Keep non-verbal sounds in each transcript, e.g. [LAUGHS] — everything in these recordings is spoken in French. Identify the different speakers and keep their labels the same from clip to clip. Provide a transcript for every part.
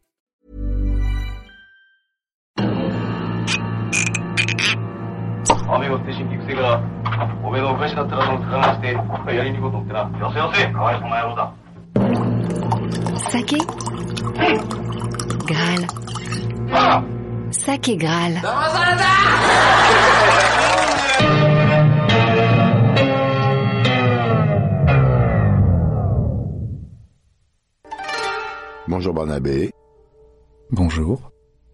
Speaker 1: 雨が降って神経癖から、おめえがおかしなってなどの高して、どっかやりに行こうと思ってな。よせよせ、かわいそうな野郎だ。
Speaker 2: Saké Graal. Saké Graal.
Speaker 3: Bonjour Barnabé,
Speaker 4: Bonjour.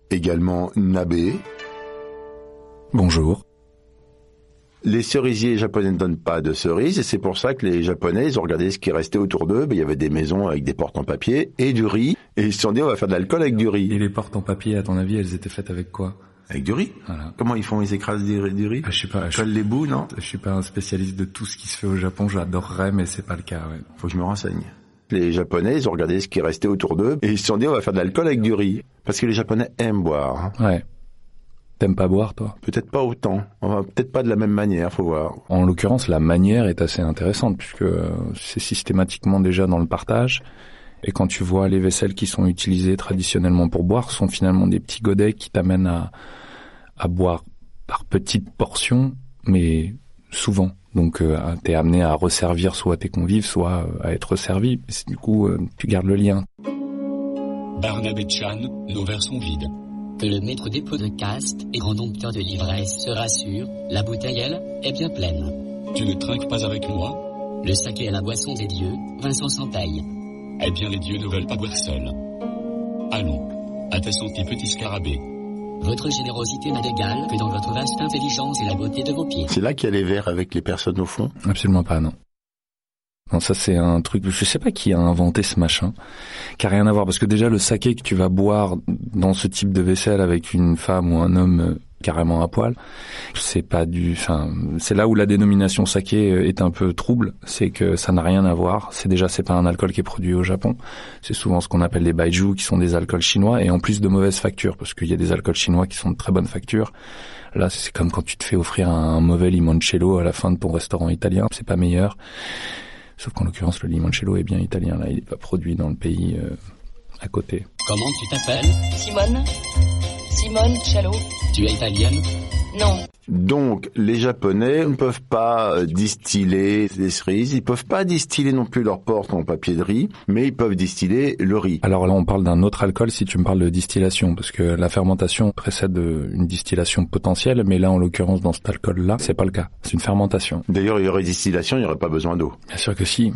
Speaker 3: également Nabé.
Speaker 4: Bonjour.
Speaker 3: Les cerisiers japonais ne donnent pas de cerises et c'est pour ça que les japonais, ils ont regardé ce qui restait autour d'eux. Ben, il y avait des maisons avec des portes en papier et du riz. Et ils se sont dit, on va faire de l'alcool avec du
Speaker 4: Et
Speaker 3: riz.
Speaker 4: les portes en papier, à ton avis, elles étaient faites avec quoi
Speaker 3: Avec du riz
Speaker 4: Voilà.
Speaker 3: Comment ils font Ils écrasent du, du riz
Speaker 4: Ah, Je sais pas. Je,
Speaker 3: Collent les bouts, non
Speaker 4: je suis pas un spécialiste de tout ce qui se fait au Japon. J'adorerais, mais c'est pas le cas. Ouais.
Speaker 3: Faut que je me renseigne. Les japonais, ils ont regardé ce qui restait autour d'eux et ils se sont dit, on va faire de l'alcool avec du riz. Parce que les japonais aiment boire. hein.
Speaker 4: Ouais. T'aimes pas boire, toi
Speaker 3: Peut-être pas autant. Enfin, peut-être pas de la même manière, faut voir.
Speaker 4: En l'occurrence, la manière est assez intéressante puisque euh, c'est systématiquement déjà dans le partage. Et quand tu vois les vaisselles qui sont utilisées traditionnellement pour boire, sont finalement des petits godets qui t'amènent à, à boire par petites portions, mais souvent. Donc euh, à- t'es amené à resservir soit tes convives, soit euh, à être servi. Et c'est- Du coup, euh, tu gardes le lien.
Speaker 5: Barnabé Chan, nos verres sont vides.
Speaker 6: que le maître des podcasts et grand dompteur de l'ivresse se rassure, la bouteille, elle, est bien pleine.
Speaker 5: Tu ne trinques pas avec moi
Speaker 6: Le saké est la boisson des dieux, Vincent Sampaille.
Speaker 5: Eh bien, les dieux ne veulent pas boire seuls. Allons, à tes sentiers, petit scarabée.
Speaker 6: Votre générosité n'a d'égal que dans votre vaste intelligence et la beauté de vos pieds.
Speaker 3: C'est là qu'il y a les verres avec les personnes au fond.
Speaker 4: Absolument pas, non. Non, ça c'est un truc, je sais pas qui a inventé ce machin, qui a rien à voir, parce que déjà le saké que tu vas boire dans ce type de vaisselle avec une femme ou un homme euh, carrément à poil, c'est pas du, enfin, c'est là où la dénomination saké euh, est un peu trouble, c'est que ça n'a rien à voir, c'est déjà, c'est pas un alcool qui est produit au Japon, c'est souvent ce qu'on appelle des baiju, qui sont des alcools chinois, et en plus de mauvaise facture, parce qu'il y a des alcools chinois qui sont de très bonne facture, Là, c'est comme quand tu te fais offrir un mauvais limoncello à la fin de ton restaurant italien. C'est pas meilleur. Sauf qu'en l'occurrence, le limoncello est bien italien. Là, il est pas produit dans le pays euh, à côté.
Speaker 6: Comment tu t'appelles
Speaker 7: Simone Simone Chalot
Speaker 6: Tu es italienne
Speaker 7: Non.
Speaker 3: Donc, les Japonais ne peuvent pas euh, distiller des cerises, ils peuvent pas distiller non plus leurs portes en papier de riz, mais ils peuvent distiller le riz.
Speaker 4: Alors là, on parle d'un autre alcool si tu me parles de distillation, parce que la fermentation précède euh, une distillation potentielle, mais là, en l'occurrence, dans cet alcool-là, c'est pas le cas. C'est une fermentation.
Speaker 3: D'ailleurs, il y aurait distillation, il n'y aurait pas besoin d'eau.
Speaker 4: Bien sûr que si.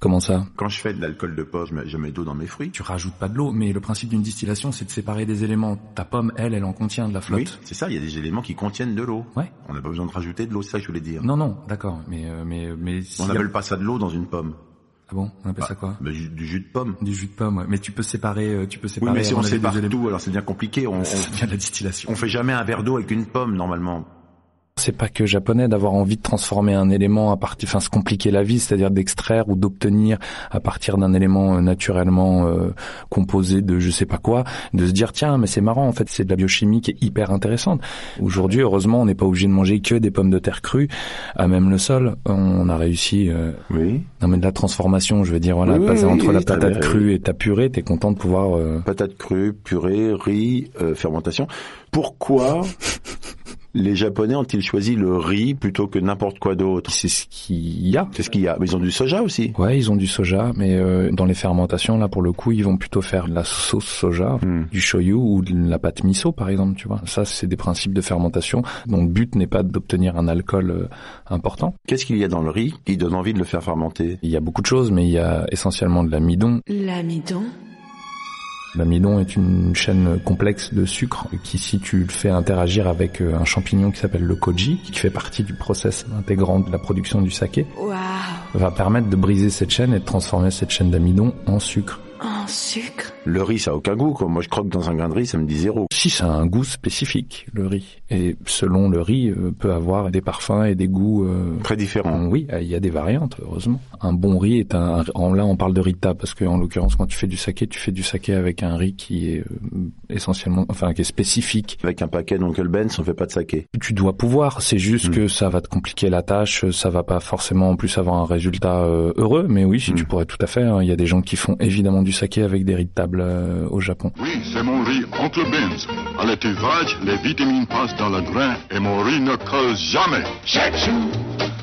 Speaker 4: Comment ça
Speaker 3: Quand je fais de l'alcool de poche, je mets- je mets d'eau dans mes fruits.
Speaker 4: Tu rajoutes pas de l'eau, mais le principe d'une distillation, c'est de séparer des éléments. Ta pomme, elle, elle en contient de la flotte.
Speaker 3: Oui, c'est ça, il y a des éléments qui contiennent de l'eau.
Speaker 4: Ouais.
Speaker 3: On n'a pas besoin de rajouter de l'eau, c'est ça que je voulais dire.
Speaker 4: Non, non, d'accord, mais euh, mais mais.
Speaker 3: On Bah.
Speaker 4: s'il y a-
Speaker 3: n'appelle pas ça de l'eau dans une pomme.
Speaker 4: Ah bon, on appelle ça quoi
Speaker 3: Mais ju- du jus de pomme.
Speaker 4: Du jus de pomme, ouais. mais tu peux séparer, euh, tu peux
Speaker 3: Oui,
Speaker 4: séparer.
Speaker 3: mais si
Speaker 4: à mon
Speaker 3: on
Speaker 4: avis,
Speaker 3: sépare
Speaker 4: des éléments.
Speaker 3: tout, alors c'est bien compliqué. On,
Speaker 4: C'est
Speaker 3: on,
Speaker 4: bien de la distillation.
Speaker 3: on fait jamais un verre d'eau avec une pomme, normalement.
Speaker 4: C'est pas que japonais d'avoir envie de transformer un élément à partir, enfin, se compliquer la vie, c'est-à-dire d'extraire ou d'obtenir à partir d'un élément euh, naturellement euh, composé de je sais pas quoi, de se dire tiens mais c'est marrant en fait c'est de la biochimie qui est hyper intéressante. Aujourd'hui heureusement on n'est pas obligé de manger que des pommes de terre crues, à même le sol. On a réussi euh,
Speaker 3: Oui.
Speaker 4: non mais de la transformation, je veux dire voilà,
Speaker 3: Oui, oui,
Speaker 4: passer
Speaker 3: oui,
Speaker 4: entre
Speaker 3: oui,
Speaker 4: la
Speaker 3: oui, t'as
Speaker 4: patate
Speaker 3: bien-
Speaker 4: crue et ta purée, t'es content de pouvoir euh,
Speaker 3: Patate crue, purée, riz, euh, fermentation.
Speaker 4: [LAUGHS]
Speaker 3: Pourquoi les Japonais ont-ils choisi le riz plutôt que n'importe quoi d'autre
Speaker 4: c'est ce qu'il y a.
Speaker 3: C'est ce qu'il y a. Mais Ils ont du soja aussi.
Speaker 4: Ouais, ils ont du soja, mais euh, dans les fermentations, là, pour le coup, ils vont plutôt faire de la sauce soja,
Speaker 3: Hmm.
Speaker 4: du shoyu ou de la pâte miso, par exemple, tu vois. Ça, c'est des principes de fermentation dont le but n'est pas d'obtenir un alcool euh, important.
Speaker 3: Qu'est-ce qu'il y a dans le riz qui donne envie de le faire fermenter
Speaker 4: Il y a beaucoup de choses, mais il y a essentiellement de l'amidon.
Speaker 2: L'amidon.
Speaker 4: L'amidon est une chaîne complexe de sucre qui, si tu le fais interagir avec euh, un champignon qui s'appelle le koji, qui fait partie du process intégrant de la production du saké,
Speaker 2: Waouh.
Speaker 4: va permettre de briser cette chaîne et de transformer cette chaîne d'amidon en sucre.
Speaker 2: En sucre.
Speaker 3: Le riz, ça a aucun goût. Quoi. Moi, je croque dans un grain de riz, ça me dit zéro.
Speaker 4: Si ça a un goût spécifique, le riz. Et selon le riz, euh, peut avoir des parfums et des goûts. euh,
Speaker 3: Très différent.
Speaker 4: Oui, euh, il y a des variantes, heureusement. Un bon riz est un... en- Là, on parle de riz de table, parce que en l'occurrence, quand tu fais du saké, tu fais du saké avec un riz qui est euh, essentiellement... Enfin, qui est spécifique.
Speaker 3: Avec un paquet d'Oncle Ben's, on fait pas de saké.
Speaker 4: Tu dois pouvoir, c'est juste
Speaker 3: Mm.
Speaker 4: que ça va te compliquer la tâche, ça va pas forcément en plus avoir un résultat euh, heureux, mais oui, si
Speaker 3: Mm.
Speaker 4: tu pourrais tout à fait. hein. Il y a des gens qui font évidemment du saké avec des riz de table euh, au Japon.
Speaker 8: Oui, c'est mon riz Oncle Benz. À l'étuvage, les vitamines passent dans le drain et mon riz ne creuse jamais. Chachou,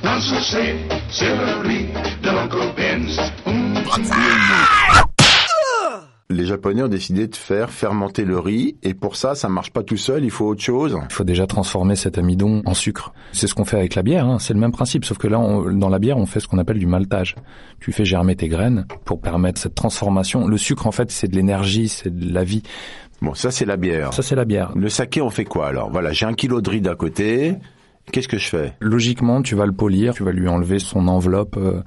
Speaker 8: non c'est le riz de l'Oncle Benz.
Speaker 3: Les Japonais ont décidé de faire fermenter le riz, et pour ça, ça marche pas tout seul, il faut autre chose.
Speaker 4: Il faut déjà transformer cet amidon en sucre. C'est ce qu'on fait avec la bière, hein. c'est le même principe, sauf que là, on- dans la bière, on fait ce qu'on appelle du maltage. Tu fais germer tes graines pour permettre cette transformation. Le sucre, en fait, c'est de l'énergie, c'est de la vie.
Speaker 3: Bon, ça, c'est la bière.
Speaker 4: Ça, c'est la bière.
Speaker 3: Le saké, on fait quoi alors Voilà, j'ai un kilo de riz d'à côté. Qu'est-ce que je fais
Speaker 4: Logiquement, tu vas le polir, tu vas lui enlever son enveloppe euh,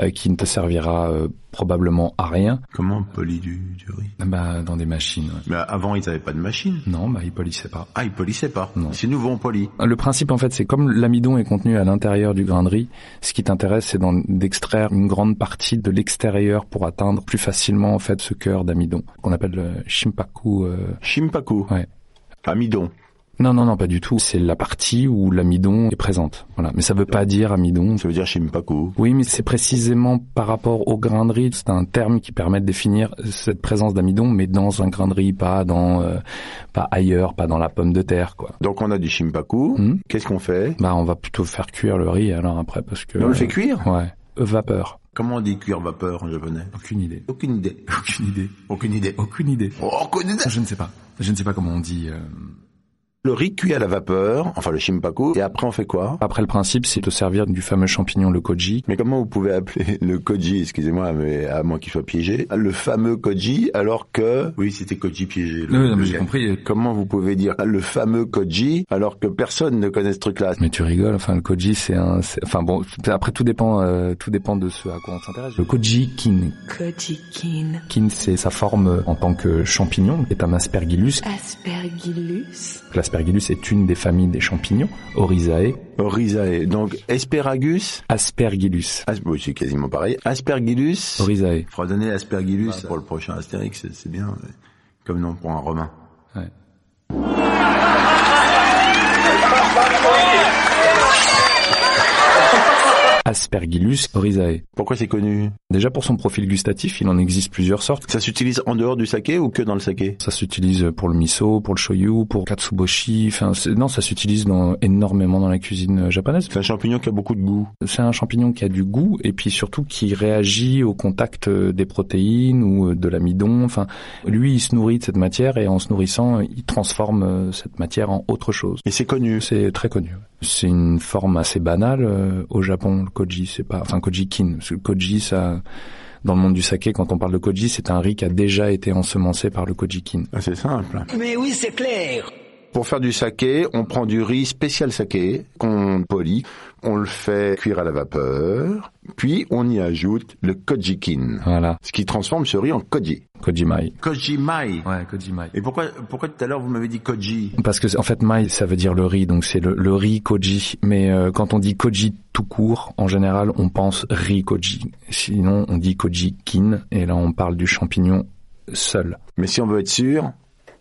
Speaker 4: euh, qui ne te servira euh, probablement à rien.
Speaker 3: Comment on polit du, du riz
Speaker 4: Bah, dans des machines. ouais.
Speaker 3: Mais avant, ils avaient pas de machine.
Speaker 4: Non, bah, ils polissaient pas.
Speaker 3: Ah, ils polissaient pas.
Speaker 4: Non.
Speaker 3: C'est nouveau, on polit.
Speaker 4: Le principe, en fait, c'est comme l'amidon est contenu à l'intérieur du grain de riz, ce qui t'intéresse, c'est d'en- d'extraire une grande partie de l'extérieur pour atteindre plus facilement, en fait, ce cœur d'amidon, qu'on appelle le shimpaku. euh.
Speaker 3: Shimpaku.
Speaker 4: Ouais.
Speaker 3: Amidon.
Speaker 4: Non, non, non, pas du tout. C'est la partie où l'amidon est présente. Voilà. Mais ça veut pas dire amidon.
Speaker 3: Ça veut dire shimpaku.
Speaker 4: Oui, mais c'est précisément par rapport au grain de riz. C'est un terme qui permet de définir cette présence d'amidon, mais dans un grain de riz, pas dans, euh, pas ailleurs, pas dans la pomme de terre, quoi.
Speaker 3: Donc, on a du shimpaku.
Speaker 4: Hmm.
Speaker 3: Qu'est-ce qu'on fait
Speaker 4: Bah, on va plutôt faire cuire le riz alors après parce que euh,
Speaker 3: On le fait cuire
Speaker 4: Ouais. Vapeur.
Speaker 3: Comment on dit cuire vapeur en japonais
Speaker 4: Aucune idée.
Speaker 3: Aucune idée. [LAUGHS]
Speaker 4: Aucune idée.
Speaker 3: Aucune idée. Oh,
Speaker 4: Aucune idée.
Speaker 3: Aucune idée.
Speaker 4: Je ne sais pas. Je ne sais pas comment on dit. euh.
Speaker 3: Le riz cuit à la vapeur, enfin le shimpaku, et après on fait quoi
Speaker 4: Après, le principe, c'est de servir du fameux champignon, le koji.
Speaker 3: mais comment vous pouvez appeler le koji, excusez-moi, mais à moins qu'il soit piégé, le fameux koji, alors que... Oui, c'était koji piégé.
Speaker 4: le- Oui, non, mais le j'ai gars. compris. euh,
Speaker 3: Comment vous pouvez dire [LAUGHS] le fameux koji, alors que personne ne connaît ce truc-là
Speaker 4: Mais tu rigoles. Enfin, le koji, c'est un. c'est- Enfin bon, après tout dépend. euh, tout dépend de ce à quoi on s'intéresse. Le koji kin.
Speaker 2: Kojikin.
Speaker 4: Kin, c'est sa forme euh, en tant que champignon, est un aspergillus.
Speaker 2: Aspergillus.
Speaker 4: L'aspergillus est une des familles des champignons, Oryzae.
Speaker 3: Risae. Donc, asparagus,
Speaker 4: Aspergillus.
Speaker 3: as- oui, c'est quasiment pareil, aspergillus...
Speaker 4: Oryzae.
Speaker 3: faudra donner aspergillus pour le prochain Astérix, c'est- c'est bien, ouais. comme nom pour un romain.
Speaker 4: Ouais. Aspergillus oryzae.
Speaker 3: Pourquoi c'est connu
Speaker 4: Déjà pour son profil gustatif, il en existe plusieurs sortes.
Speaker 3: Ça s'utilise en dehors du saké ou que dans le saké
Speaker 4: Ça s'utilise pour le miso, pour le shoyu, pour katsuboshi. Enfin, c'est- non, ça s'utilise dans, énormément dans la cuisine euh, japonaise.
Speaker 3: C'est un champignon qui a beaucoup de goût.
Speaker 4: C'est un champignon qui a du goût et puis surtout qui réagit au contact euh, des protéines ou euh, de l'amidon. Enfin, lui, il se nourrit de cette matière et en se nourrissant, il transforme euh, cette matière en autre chose.
Speaker 3: Et c'est connu.
Speaker 4: C'est très connu. C'est une forme assez banale euh, au Japon. Le koji, c'est pas, enfin koji kin. Parce que le koji, ça, dans le monde du saké, quand on parle de koji, c'est un riz qui a déjà été ensemencé par le koji kin.
Speaker 3: Ah, C'est simple. Mais oui, c'est clair. Pour faire du saké, on prend du riz spécial saké qu'on polit, on le fait cuire à la vapeur, puis on y ajoute le kojikin,
Speaker 4: Voilà,
Speaker 3: ce qui transforme ce riz en koji.
Speaker 4: koji mai.
Speaker 3: Koji mai.
Speaker 4: Ouais, koji mai.
Speaker 3: Et pourquoi, pourquoi tout à l'heure vous m'avez dit koji
Speaker 4: Parce que en fait mai ça veut dire le riz donc c'est le, le riz koji mais euh, quand on dit koji tout court en général on pense riz koji sinon on dit koji kin et là on parle du champignon seul
Speaker 3: Mais si on veut être sûr,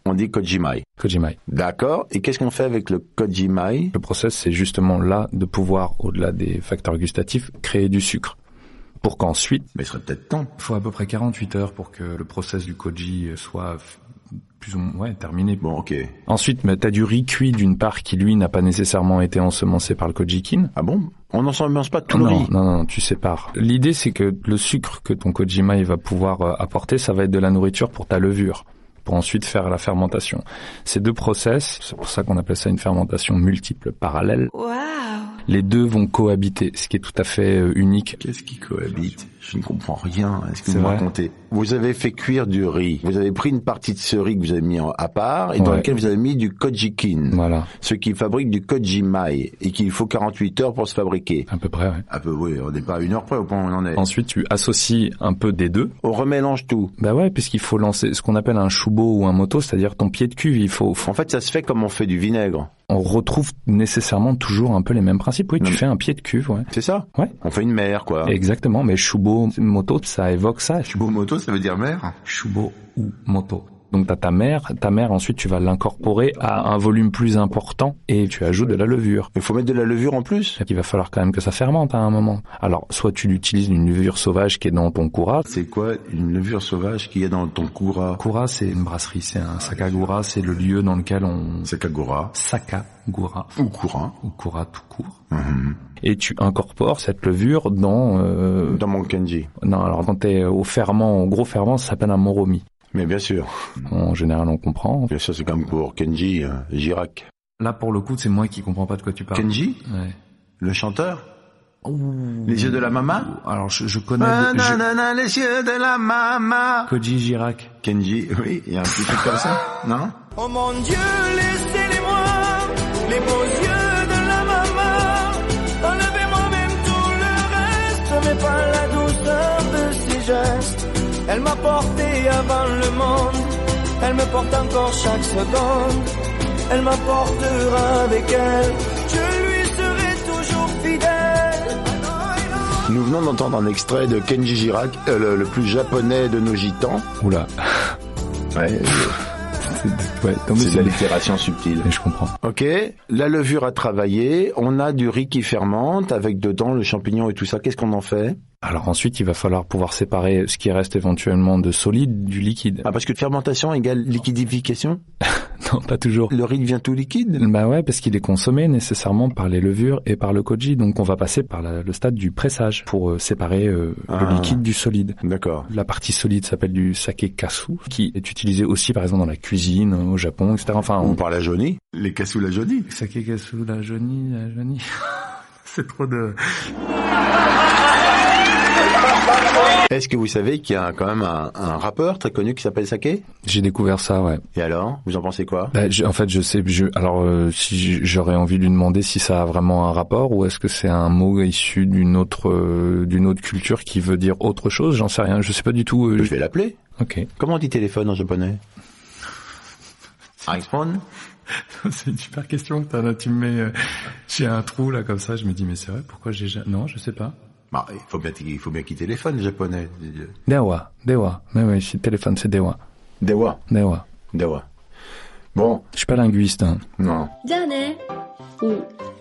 Speaker 3: on dit koji mai.
Speaker 4: koji mai.
Speaker 3: D'accord. Et qu'est-ce qu'on fait avec le koji mai
Speaker 4: Le process, c'est justement là de pouvoir, au-delà des facteurs gustatifs, créer du sucre. Pour qu'ensuite...
Speaker 3: Mais il serait peut-être temps.
Speaker 4: Il faut à peu près 48 heures pour que le process du koji soit plus ou moins terminé.
Speaker 3: Bon, ok.
Speaker 4: Ensuite, mais t'as du riz cuit d'une part qui, lui, n'a pas nécessairement été ensemencé par le kojikin.
Speaker 3: Ah bon On n'en s'ambiance pas tout le
Speaker 4: Non,
Speaker 3: riz.
Speaker 4: non, non, tu sépares. L'idée, c'est que le sucre que ton kojima il va pouvoir euh, apporter, ça va être de la nourriture pour ta levure, pour ensuite faire la fermentation. Ces deux process, c'est pour ça qu'on appelle ça une fermentation multiple parallèle,
Speaker 2: Waouh
Speaker 4: Les deux vont cohabiter, ce qui est tout à fait euh, unique.
Speaker 3: Qu'est-ce qui cohabite Je ne comprends rien à ce que
Speaker 4: C'est
Speaker 3: vous me
Speaker 4: vrai.
Speaker 3: racontez. Vous avez fait cuire du riz. Vous avez pris une partie de ce riz que vous avez mis en- à part et dans
Speaker 4: Ouais.
Speaker 3: lequel vous avez mis du kojikin.
Speaker 4: Voilà,
Speaker 3: Ce qui fabrique du kojimai et qu'il faut 48 heures pour se fabriquer.
Speaker 4: à peu près. ouais.
Speaker 3: Ah peu, oui, on n'est pas à une heure près au point où on en est.
Speaker 4: Ensuite, tu associes un peu des deux.
Speaker 3: On remélange tout.
Speaker 4: Bah ouais, puisqu'il faut lancer ce qu'on appelle un choubo ou un moto, c'est-à-dire ton pied de cuve. Il faut,
Speaker 3: En fait, ça se fait comme on fait du vinaigre.
Speaker 4: on retrouve nécessairement toujours un peu les mêmes principes. Oui,
Speaker 3: Non,
Speaker 4: tu
Speaker 3: mais-
Speaker 4: fais un pied de cuve, ouais.
Speaker 3: C'est ça
Speaker 4: Ouais.
Speaker 3: On fait une mer,
Speaker 4: Ah.
Speaker 3: quoi.
Speaker 4: Exactement, mais choubo, moto, ça évoque ça.
Speaker 3: Chubo moto, ça veut dire mer
Speaker 4: Choubo ou moto. Donc t'as ta mère, ta mère ensuite tu vas l'incorporer à un volume plus important et tu ajoutes de la levure.
Speaker 3: Il faut mettre de la levure en plus.
Speaker 4: Il va falloir quand même que ça fermente à un moment. Alors soit tu l'utilises une levure sauvage qui est dans ton coura.
Speaker 3: C'est quoi une levure sauvage qu'il y a dans ton kura
Speaker 4: Coura c'est une brasserie, c'est un sakagura, c'est le lieu dans lequel on...
Speaker 3: Sakagura
Speaker 4: Sakagura.
Speaker 3: ou kura
Speaker 4: ou Kura tout court.
Speaker 3: Mhm.
Speaker 4: Et tu incorpores cette levure dans... euh,
Speaker 3: Dans mon kanji.
Speaker 4: Non, alors quand t'es au ferment, au gros ferment, ça s'appelle un moromi.
Speaker 3: Mais bien sûr.
Speaker 4: En général, on comprend.
Speaker 3: Bien sûr, c'est comme pour Kenji, euh, Girac.
Speaker 4: Là, pour le coup, c'est moi qui comprends pas de quoi tu parles.
Speaker 3: Kenji
Speaker 4: Ouais.
Speaker 3: Le chanteur Les yeux de la maman
Speaker 4: Alors, je, je
Speaker 3: Euh,
Speaker 4: connais...
Speaker 3: Ah,
Speaker 4: de- je-
Speaker 3: les yeux de la maman
Speaker 4: Koji Girac.
Speaker 3: Kenji, oui, il y a un petit truc comme ça, non
Speaker 9: Oh mon Dieu, laissez-les-moi, les beaux yeux de la maman. Enlevez-moi même tout le reste, mais pas la douceur de ses gestes. Elle m'a porté avant le monde, elle me porte encore chaque seconde. Elle m'apportera avec elle, je lui serai toujours fidèle.
Speaker 3: Nous venons d'entendre un extrait de Kenji Girac, euh, le, le plus japonais de nos gitans.
Speaker 4: Oula.
Speaker 3: Ouais,
Speaker 4: [LAUGHS] Ouais, non, mais
Speaker 3: c'est de
Speaker 4: c'est...
Speaker 3: la littération subtile.
Speaker 4: Mais je comprends.
Speaker 3: Ok, la levure a travaillé, on a du riz qui fermente, avec dedans le champignon et tout ça, qu'est-ce qu'on en fait
Speaker 4: Alors ensuite, il va falloir pouvoir séparer ce qui reste éventuellement de solide du liquide.
Speaker 3: Ah, parce que fermentation égale liquidification
Speaker 4: Non, pas toujours.
Speaker 3: Le riz devient tout liquide
Speaker 4: Bah ouais, parce qu'il est consommé nécessairement par les levures et par le koji, donc on va passer par la- le stade du pressage pour euh, séparer euh,
Speaker 3: Ah.
Speaker 4: le liquide du solide.
Speaker 3: D'accord.
Speaker 4: La partie solide s'appelle du sake kasu, qui est utilisé aussi par exemple dans la cuisine euh, au Japon, etc. Enfin,
Speaker 3: On
Speaker 4: on...
Speaker 3: parle à Johnny Les cassous la Johnny
Speaker 4: sake kasu, la johnny, la johnny. C'est trop de...
Speaker 3: Est-ce que vous savez qu'il y a quand même un, un rappeur très connu qui s'appelle Saké
Speaker 4: [LAUGHS] J'ai découvert ça, ouais.
Speaker 3: Et alors, vous en pensez quoi
Speaker 4: Bah, je- en fait, je sais, je, alors euh, si j- j'aurais envie de lui demander si ça a vraiment un rapport ou est-ce que c'est un mot issu d'une autre euh, d'une autre culture qui veut dire autre chose, j'en sais rien, je sais pas du tout. euh,
Speaker 3: Je
Speaker 4: je-
Speaker 3: vais l'appeler.
Speaker 4: Ok.
Speaker 3: Comment on dit téléphone en japonais iPhone
Speaker 4: [LAUGHS] C'est une super question. T'as, là, tu me mets, euh, j'ai un trou là comme ça. Je me dis mais c'est vrai. Pourquoi j'ai ja- non, je sais pas.
Speaker 3: Bah, il faut bien, il faut bien qu'il téléphone les japonais.
Speaker 4: Dewa, dewa. Mais oui, c'est téléphone, c'est dewa,
Speaker 3: Dewa.
Speaker 4: dewa.
Speaker 3: Dewa. Bon,
Speaker 4: Je suis pas linguiste. hein.
Speaker 3: non.
Speaker 10: Jane ou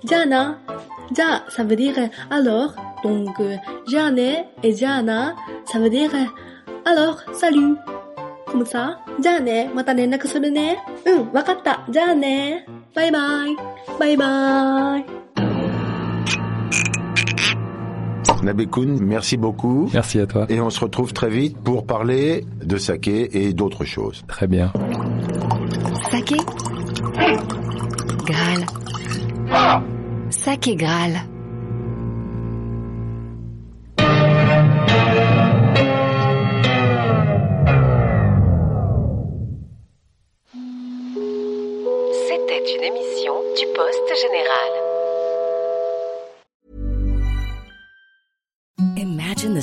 Speaker 10: Jana. Ja, ça veut dire alors. Donc, euh, Jane et Jana, ça veut dire euh, alors, salut. Comme ça, Jane, matane nakusuru ne. Um, wakata, Jane. Bye bye. Bye bye.
Speaker 3: Nabekun, merci beaucoup.
Speaker 4: Merci à toi.
Speaker 3: Et on se retrouve très vite pour parler de saké et d'autres choses.
Speaker 4: Très bien.
Speaker 2: Saké Graal. Saké Graal.
Speaker 11: C'était une émission du Poste Général.
Speaker 12: Imagine the